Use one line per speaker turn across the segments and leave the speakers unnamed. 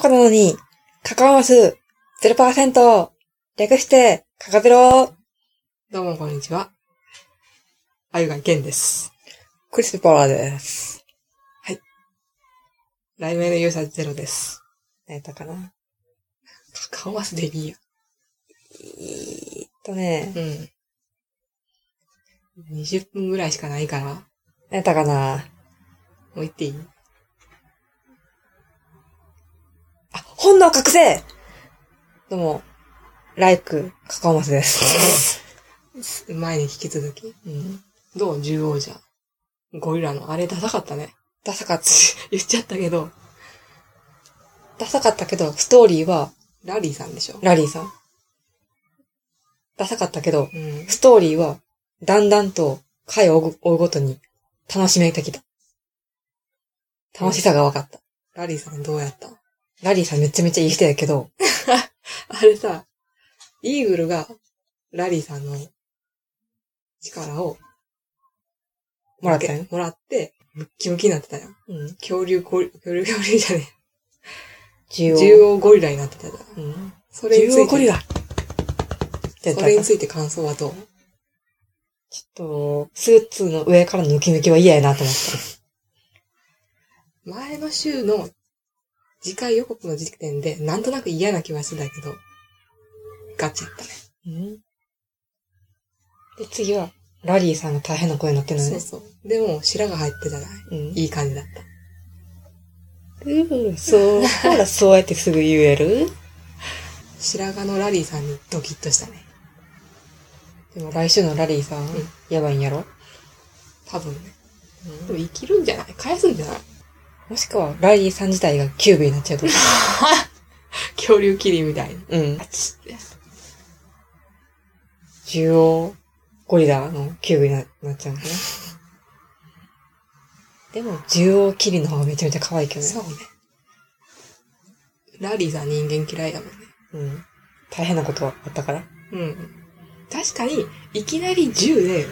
カなのに、カカオマス 0%! 略して、カカゼロ
どうもこんにちは。あゆがけんです。
クリスパラーです。
雷鳴のユーザーゼロです。
何やったかな
カカオマスでいいや。
えーっとね、
うん。20分ぐらいしかないから、も
何やったかな
う言っていい
あ、本能覚醒どうも、ライク、カカオマス です。
前に引き続き。うん。どう獣王者。ゴリラの、あれダサかったね。
ダサかった。
言っちゃったけど、
ダサかったけど、ストーリーは、
ラリーさんでしょ。
ラリーさん。ダサかったけど、
うん。
ストーリーは、だんだんと回を追う追うごとに楽しめてきた。楽しさが分かった。
ラリーさんどうやった
ラリーさんめちゃめちゃいい人やけど、
あれさ、イーグルが、ラリーさんの力を
もらったよ。
もらって、ムッキムキになってたよ。
うん。
恐竜ゴリ、恐竜恐竜じゃねえ。
中
獣
央。
王ゴリラになってたじゃん。
うん。
それにつ
中央
い
ゴリ
て、
ラってやっ
そ
たら
れに
ち
ついて感想はどう
ょっと、スーツの上からの抜き抜きは嫌やなと思った。
前の週の次回予告の時点で、なんとなく嫌な気はしてたけど、ガチやったね。
うん。で、次は、ラリーさんが大変な声になってるの
そう
ね。
そう。でも、白が入ってたじゃない。
うん。
いい感じだった。
うん、そう。ほら、そうやってすぐ言える
白髪のラリーさんにドキッとしたね。
でも来週のラリーさん
ん、
やばいんやろ
多分ね。
うん
でも生きるんじゃない返すんじゃない
もしくは、ラリーさん自体がキューブになっちゃうとか。
恐竜キリンみたいに。
うん
あ。ちって。
中央ゴリラのキューブにななっちゃうのかな。でも、中央キリンの方がめちゃめちゃ可愛いけどね。
そうね。ラリーさん人間嫌いだもんね。
うん。大変なことはあったから。
うん。確かに、いきなり銃で、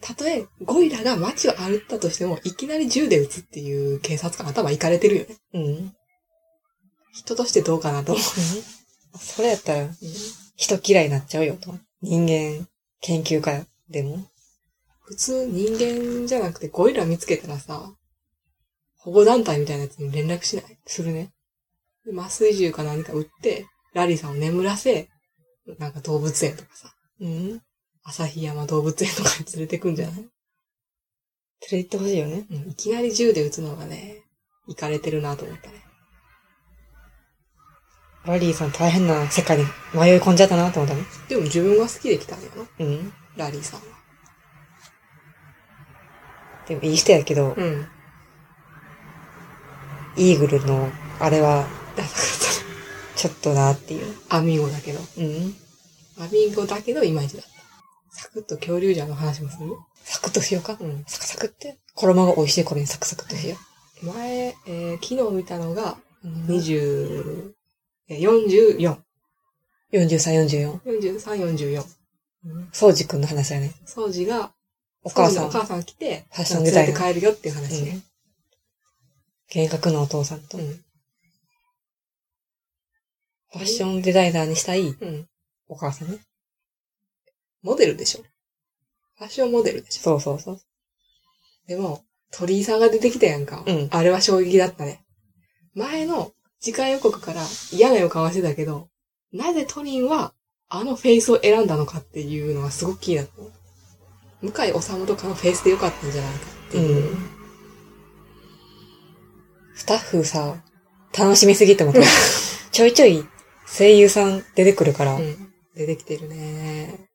たとえゴリラが街を歩ったとしても、いきなり銃で撃つっていう警察官頭いかれてるよね。
うん。うん
人としてどうかなと思
それやったら、
う。
人嫌いになっちゃうよと。人間研究家でも。
普通人間じゃなくてゴリラ見つけたらさ、保護団体みたいなやつに連絡しない
するね。
で麻酔銃か何か撃って、ラリーさんを眠らせ、なんか動物園とかさ、
うん。連
旭山動物園とかに連れてくんじゃない、
れて行ってほしいよね。
うん、いきなり銃で撃つのがね、いかれてるなと思ったね。
ラリーさん大変な世界に迷い込んじゃったなと思ったね。
でも自分が好きで来たんやろ
うん。
ラリーさんは。
でもいい人やけど、
うん。
イーグルのあれは
ダサかっ
ちょっとなっていう。
た。アミーゴだけど。
うん。
アミーゴだけどいまいちだった。サクッと恐竜じゃんの話もする
サクッとしようか。
うん。
サクサクって。衣が美味しい頃にサクサクっとしよ
前、えー、昨日見たのが、
う。
20、えー44。
43、44。
43、44。
そうじくんの話やね。
掃除が、
お母さ
掃除の
ん
お。母さん来て、
ファッションデ
連れ
ザイ
て
ナー
帰るよっていう話
う
ね
ん。幻覚のお父さんと。
う
フ
ん。
ァッションデザイナーにしたい
うん。
お母さんね。
モデルでしょ。ファッションモデルでしょ。
そうそうそう。
でも、鳥居さんが出てきたやんか。
うん
あれは衝撃だったね。前の次回予告から嫌な予感はしてたけど、なぜトリンはあのフェイスを選んだのかっていうのはすごく気になった。向井治とかのフェイスでよかったんじゃないかっていう。
うんスタッフさ、楽しみすぎても ちょいちょい声優さん出てくるから
う、ん出てきてるね。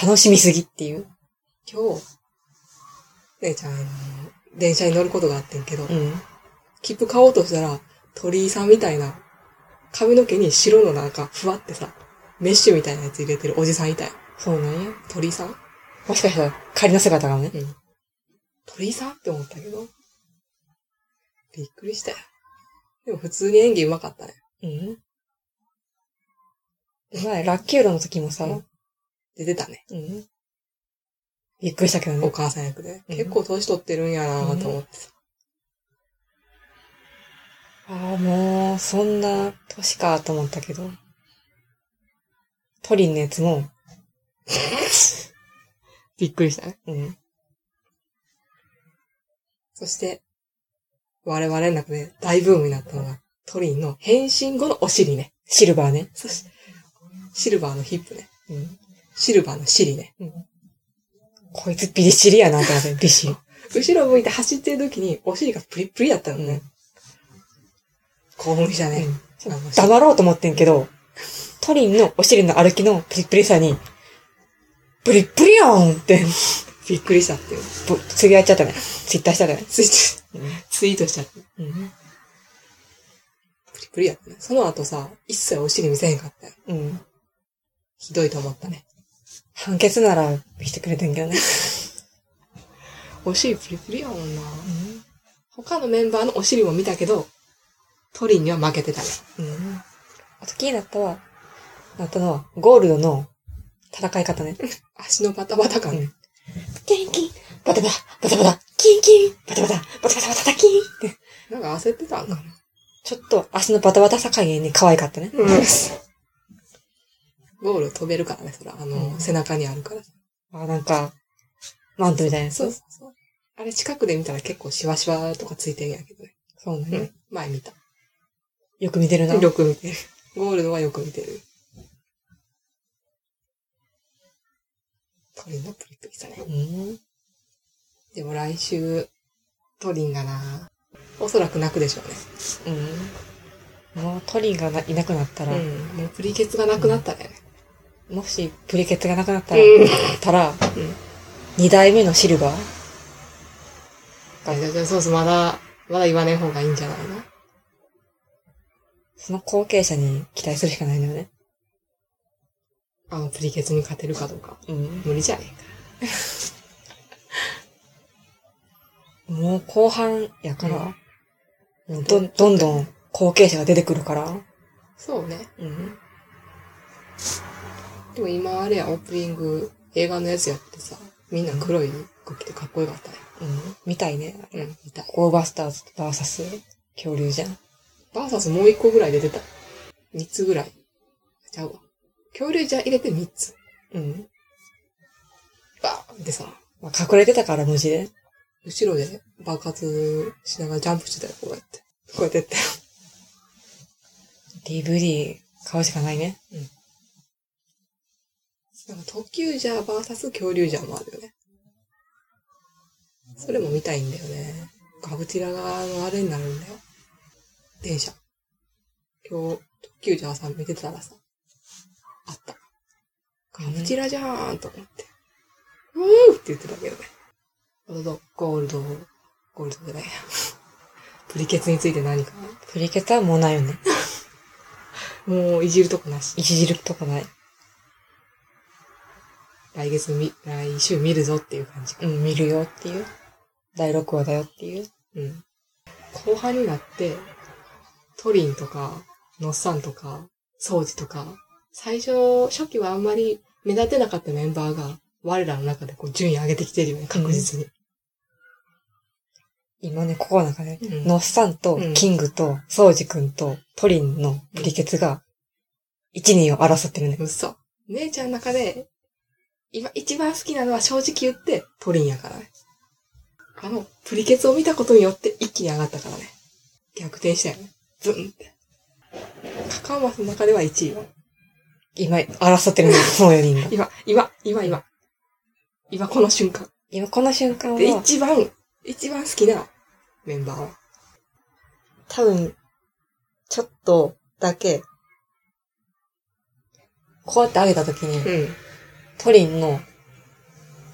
楽しみすぎっていう。
今日、姉ちゃん、あの電車に乗ることがあってんけど、
うん。
切符買おうとしたら、鳥居さんみたいな、髪の毛に白のなんか、ふわってさ、メッシュみたいなやつ入れてるおじさんいたよ。
そうなんや。
鳥居さん
もしかしたら仮の姿がね。
鳥居さんって思ったけど。びっくりしたよ。でも普通に演技上手かったね。
うん。前、ラッキューロの時もさ、
うん出てたね。
うん。びっくりしたけど
お
ね。
母さん役で。
うん
結構年取ってるんやなと思ってさ。
ああ、もう、もうそんな年かと思ったけど、トリンのやつも、
びっくりしたね。
うん、
そして、我々の中で大ブームになったのが、トリンの変身後のお尻ね。
シルバーね。
そして、シルバーのヒップね。
うん、
シルバーの尻ね。
こいつビリシリやなと思 って、ビシ。
後ろ向いて走ってる時に、お尻がプリップリだったのね。興奮したね。あの
黙ろうと思ってんけど、トリンのお尻の歩きのプリプリさに、プリプリやんって、
びっくりしたっていう。
ぶつぶやっちゃったね。ツイッターしたね。
ツイート、ツイートしちゃって。
うん。
プリプリやったね。その後さ、一切お尻見せへんかったよ。
うん。
ひどいと思ったね。
判決ならしてくれたんけどね。
お尻プリプリやもんな。他のメンバーのお尻も見たけど、トリンには負けてたね。
うん。あと気になったは、なったのは、ゴールドの戦い方ね。
足のバタバタ感ね。
キンキン、バタバタ、バタバタ、キンキン、バタバタ、バタバタバタキンって。
なんか焦ってたんかな。
ちょっと足のバタバタさ加減に可愛かったね。
うん。ゴール飛べるからね、そら。あの、
うん
背中にあるから。
あ、なんか、マントみたいなやつ。
そうそうそう。あれ近くで見たら結構シワシワとかついてんやけどね。
そうなのね。
前見た。
よく見てるな。
よく見てる。ゴールドはよく見てる。トリンのプリプリだね。
うん。
でも来週、トリンがな、おそらく泣くでしょうね。
うん。もうトリンがないなくなったら、
うん。もうプリケツがなくなったね。
もしプリケツがなくなったら、
うん。
たら、二代目のシルバー
あじゃあじゃあそうそう、まだ、まだ言わない方がいいんじゃないの
その後継者に期待するしかないのよね。
あの、プリケツに勝てるかどうか。
うん。
無理じゃねえか。
もう後半やから、
うん
ど、どんどん後継者が出てくるから、
そうね。
うん。
でも今あれや、オープニング、映画のやつやってさ、みんな黒い服着てかっこよかったね。
うん。みたいね。
うん、見たい。
ゴーバスターズバーサス恐竜じゃん。
バーサスもう一個ぐらい出てた。三つぐらい。ちゃうわ。恐竜じゃ入れて三つ。
うん。
バーンってさ、
まあ、隠れてたから無事で。
後ろで爆発しながらジャンプしてたよ、こうやって。こうやってやって。
DVD 買うしかないね。
なんか特急ジャーバーサス恐竜ジャーもあるよね。それも見たいんだよね。ガブティラ側のあれになるんだよ。電車。今日、特急ジャーさん見てたらさ、あった。ガブティラじゃーんと思って。うーって言ってたけどね。ゴールド、ゴールド、ゴールドじゃないや。プリケツについて何か。
プリケツはもうないよね。
もういじるとこなし。
一るとこない。
来月み、来週見るぞっていう感じか
うん、見るよっていう。第6話だよっていう。
うん。後半になって、トリンとか、ノッサンとか、ソウジとか、最初、初期はあんまり目立てなかったメンバーが、我らの中でこう順位上げてきてるよね、確実に。
今ね、ここの中で、
うん
ノッサンと
うん
キングとソウジ君とトリンのプリケツが1、人を争ってるね。
うっそ。姉ちゃんの中で、今一番好きなのは正直言って、トリンやからね。あの、プリケツを見たことによって一気に上がったからね。逆転したよね。ブンって。カカオマスの中では1位よ。
今、争ってるね、この4人が。
今、今、今、今。今この瞬間。
今、この瞬間
で、
は、
一番、一番好きなメンバーは。
多分、ちょっとだけ、こうやって上げた時に、
ん。
トリンの、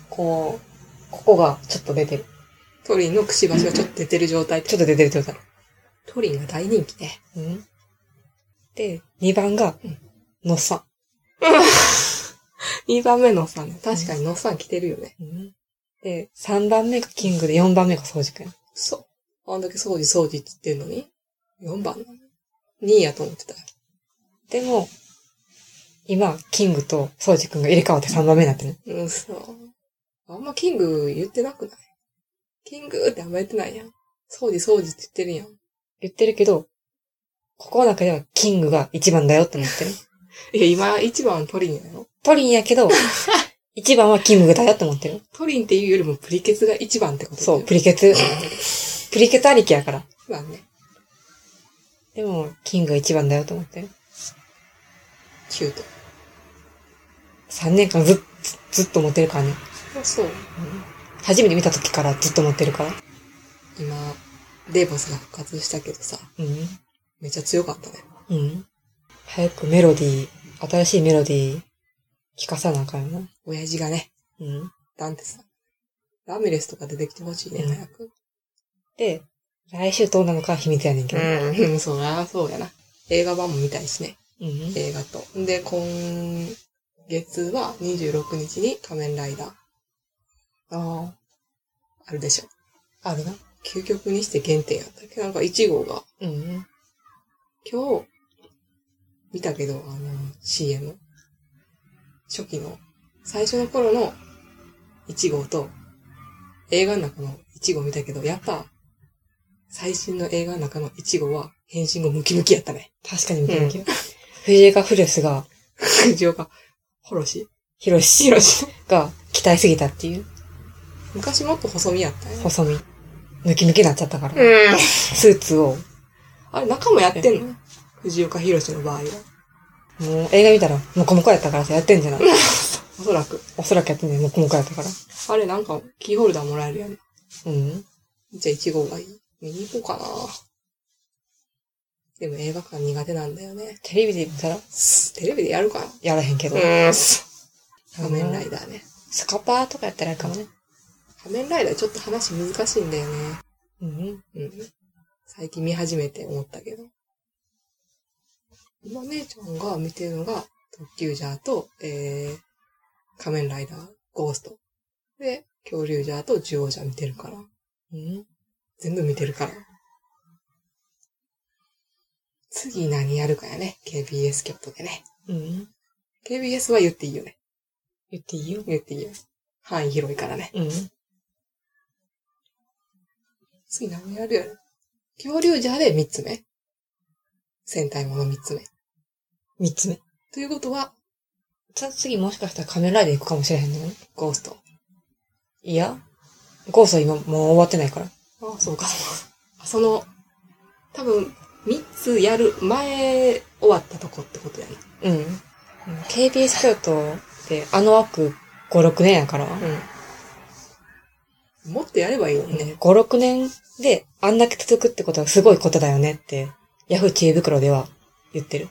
こう、ここがちょっと出てる。
トリンのくしばしがちょっと出てる状態。
ちょっと出てるってことだ。
トリンが大人気ね。
うん。で、2番が
うん、
ノッサ
2番目のおっさんね。確かにのっさん来てるよね。
ン。で、3番目がキングで、4番目がソウジ君。
そう。あんだけ掃除掃除って言ってんのに、4番なの。2位やと思ってたよ。
でも、今、キングとソウジ君が入れ替わって3番目になってる。
うん、そう。あんまキング言ってなくないキングってあんま言ってないやん。掃除掃除って言ってるやん。
言ってるけど、ここの中ではキングが一番だよって思ってる。
いや、今一番トリンやろ
トリンやけど、一番はキングだよって思ってる。
トリンっていうよりもプリケツが一番ってことだ
そ
よ
う、
ね
プリケツ。プリケツありきやから。
そうだね。
でも、キングが一番だよと思ってる。
キュート。
3年間ずっ、ずずっと思ってるからね。
あそう。
初めて見た時からずっと思ってるから。
今、デーボスが復活したけどさ、
うん。
めっちゃ強かったね。
うん。早くメロディー、新しいメロディー、聞かさなあかんよな。
親父がね、
うん。
ダンテさん。ラミレスとか出てきてほしいね、
うん
早く。
で、来週どうなのかは秘密やねんけど。
うん、そりゃそうやな。映画版も見たいしね、
うん。
映画と。で、今月は26日に仮面ライダー
あ
あるでしょ。
あ、あるな。
究極にして原点やったっけなんか1号が、
うん。
今日、見たけど、あの、CM。初期の、最初の頃の1号と、映画の中の1号見たけど、やっぱ、最新の映画の中の1号は、変身後ムキムキやったね。
確かに見てるけど。藤井がフレスが、
藤岡、ホロシ
ヒロシが鍛えすぎたっていう、
昔もっと細身やったよ、ね。
細身。ムキムキになっちゃったから。
うん。
スーツを、
あれ、中もやってんの藤岡弘の場合は。
もう映画見たら、モコモコやったからさ、やってんじゃない
おそらく。
おそらくやってんじゃないモコモコやったから。
あれ、なんか、キーホルダーもらえるやん。
うん。
じゃあ1号がいい。見に行こうかな。でも映画館苦手なんだよね。
テレビで見たら、
テレビでやるかな。
やらへんけど。
ん。仮面ラ
イ
イダーね。
スカパーとかやったらいいかもね。
仮面ライダーちょっと話難しいんだよね。
うん。
うん。最近見始めて思ったけど。今姉ちゃんが見てるのが、特急ジャーと、えー、仮面ライダー、ゴースト。で、恐竜ジャーとジュオジャー見てるから。
うん。
全部見てるから。次何やるかやね。KBS キャットでね。
うん。
KBS は言っていいよね。
言っていいよ。
言っていいよ。範囲広いからね。
うん。
次何やるやろ。恐竜ジャーで3つ目。戦隊もの3つ目。
三つ目。
ということは、
じゃあ次もしかしたら仮面ライダー行くかもしれへんのよね。
ゴースト。
いや、ゴースト今もう終わってないから。
あそう か、そうか。その、多分、3つやる前終わったとこってことやな。
うん。うん KBS 京都ってあの枠5、6年やから。
うん。もっとやればいいのにね。
ね、5、6年であんだけ続くってことはすごいことだよねって、ヤフー知恵袋では言ってる。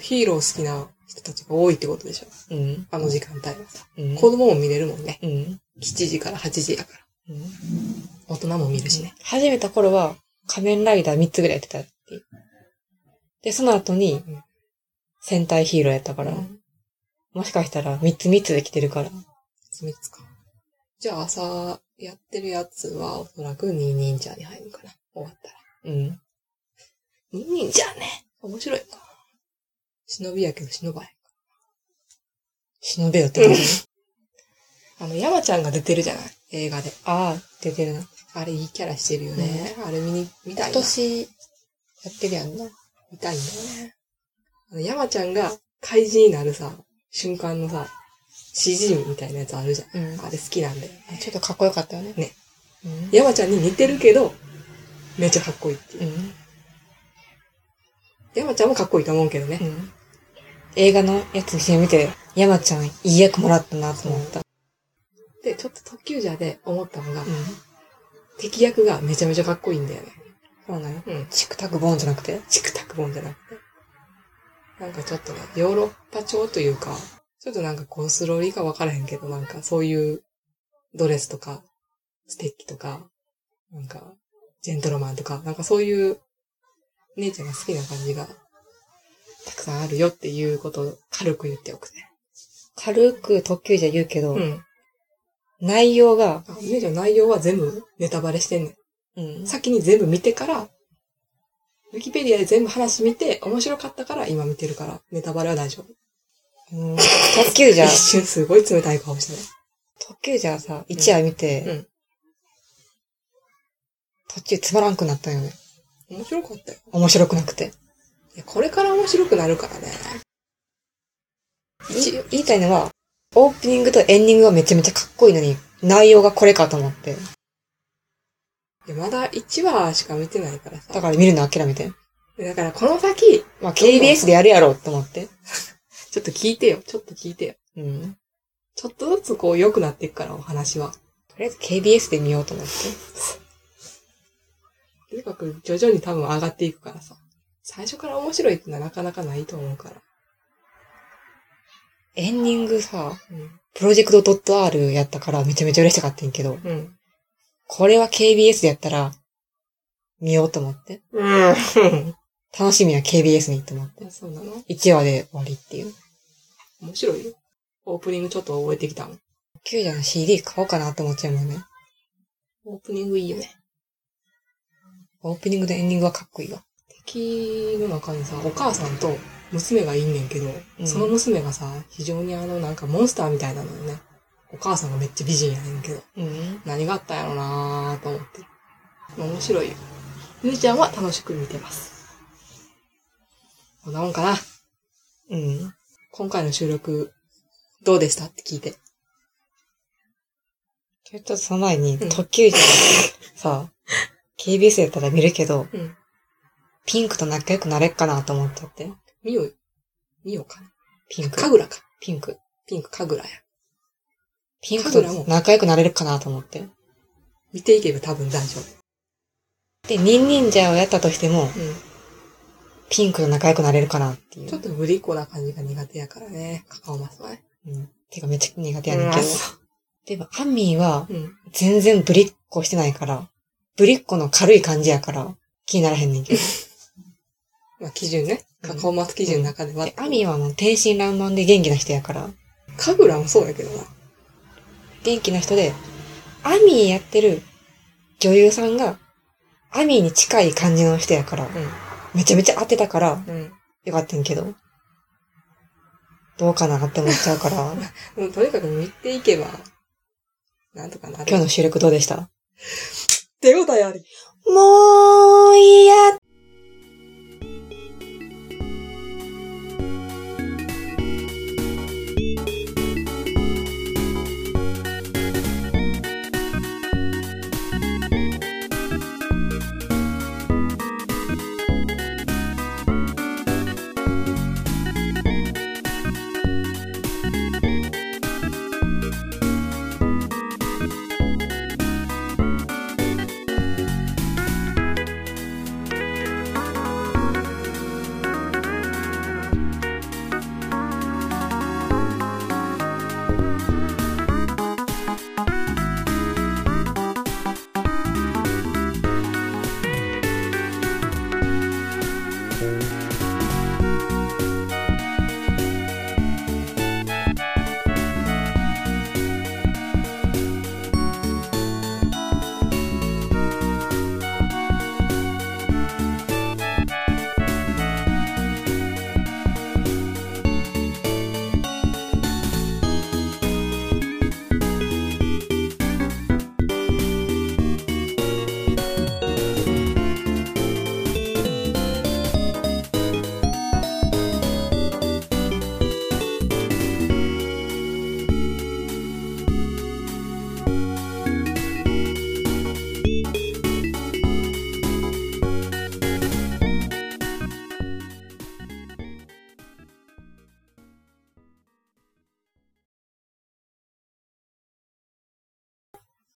ヒーロー好きな人たちが多いってことでしょ。
うん。
あの時間帯はさ。
うん。
子供も見れるもんね。
うん。
7時から8時やから。
うん。
大人も見るしね。
始めた頃は仮面ライダー3つぐらいやってたっていう。で、その後に
うん
戦隊ヒーローやったから、もしかしたら3つ3つできてるから。
3つか。じゃあ朝やってるやつはおそらくニ忍者に入るのかな。終わったら。
うん。
ニ忍者ね。面白いな。忍びやけど忍ばへん。
忍べよって感じ。
あの、山ちゃんが出てるじゃない映画で。
ああ、出てるな。
あれいいキャラしてるよね。あれ見に、見たい
今
な。
年やってるやんな。
見たいんだよね。あの、山ちゃんが怪人になるさ、瞬間のさ、CG みたいなやつあるじゃん。
うん。
あれ好きなんだよね。
ちょっとかっこよかったよね。
ね
うん。
山ちゃんに似てるけど、めっちゃかっこいいっていう。
うん。
山ちゃんもかっこいいと思うけどね。
うん。映画のやつ一緒に見て、山ちゃんいい役もらったなと思った。
で、ちょっと特急ジャーで思ったのが、
うん。
敵役がめちゃめちゃかっこいいんだよね。
そうなの
うん。
チクタクボーンじゃなくて
チクタクボンじゃなくて。なんかちょっとね、ヨーロッパ調というか、ちょっとなんかコスロリかわからへんけど、なんかそういうドレスとか、ステッキとか、なんか、ジェントルマンとか、なんかそういう、姉ちゃんが好きな感じが、たくさんあるよっていうことを軽く言っておくね。
軽く特急じゃ言うけど、
うん。
内容が、
あ姉ちゃん内容は全部ネタバレしてんねん。
うん
先に全部見てから、ウィキペディアで全部話見て、面白かったから今見てるから、ネタバレは大丈夫。
うん特急じゃ
一、瞬すごい冷たい顔してね。
特急じゃさ、一夜見て、
うん
途中つまらんくなったよね。
面白かったよ。
面白くなくて。
いやこれから面白くなるからね。
一言いたいのは、オープニングとエンディングがめちゃめちゃかっこいいのに、内容がこれかと思って。
いやまだ1話しか見てないから
だ
さ。
から見るの諦めて。
だからこの先、
まあ、KBS でやるやろうと思って。
ちょっと聞いてよ。ちょっと聞いてよ。
うん。
ちょっとずつこう良くなっていくから、お話は。
とりあえず KBS で見ようと思って。
とにかく徐々に多分上がっていくからさ。最初から面白いってのはなかなかないと思うから。
エンディングさ、
うん。
プロジェクト .r やったからめちゃめちゃ嬉しかったんやけど、
うん。
これは KBS でやったら、見ようと思って。
うん。
楽しみは KBS にと思って。
そうなの
1話で終わりっていう。
面白いよ。オープニングちょっと覚えてきたもん。
キュウちゃんの CD 買おうかなと思っちゃうもんね。
オープニングいいよね。
オープニングとエンディングはかっこいいわ。
敵の中にさ、お母さんと娘がいんねんけど、
うん
その娘がさ、非常にあの、なんかモンスターみたいなのよね。お母さんがめっちゃ美人やねんけど、
うん。
何があったんやろなーと思ってる。面白いよ。ゆうちゃんは楽しく見てます。こんなもんかな。
うん。
今回の収録、どうでしたって聞いて。
ちょっとその前に、
うん
特急じゃん。さ、KBS やったら見るけど、
うん
ピンクと仲良くなれっかなと思っちゃって。
みよ、みよかな。
ピンク。
かぐらか。
ピンク。
ピンクかぐらや。
ピンク
か
と
ぐらも
仲良くなれるかなと思って。
見ていけば多分大丈
で、ニンニンジャーをやったとしても、
夫。うん。
ピンクと仲良くなれるかなっていう。
ちょっと無理っ子な感じが苦手やからね。カカオマスはね。
うん。てかめっちゃ苦手やねんけど
うん。
でも、アンミーは
うん。
全然ブリッコしてないから、ブリッコの軽い感じやから、気にならへんねん けど。
まあ、基準ね。
うん
カカオマス基準の中では
で、。アミーはもう天真爛漫で元気な人やから、
カグラもそうやけどな。
元気な人で、アミーやってる女優さんが、アミーに近い感じの人やから、めちゃめちゃ当てたから、
うん。
よかったんやけど、どうかなって思っちゃうから、
うん。とにかく見ていけば、なんとかなる。
今日の収録どうでした
手応えあり。
もう嫌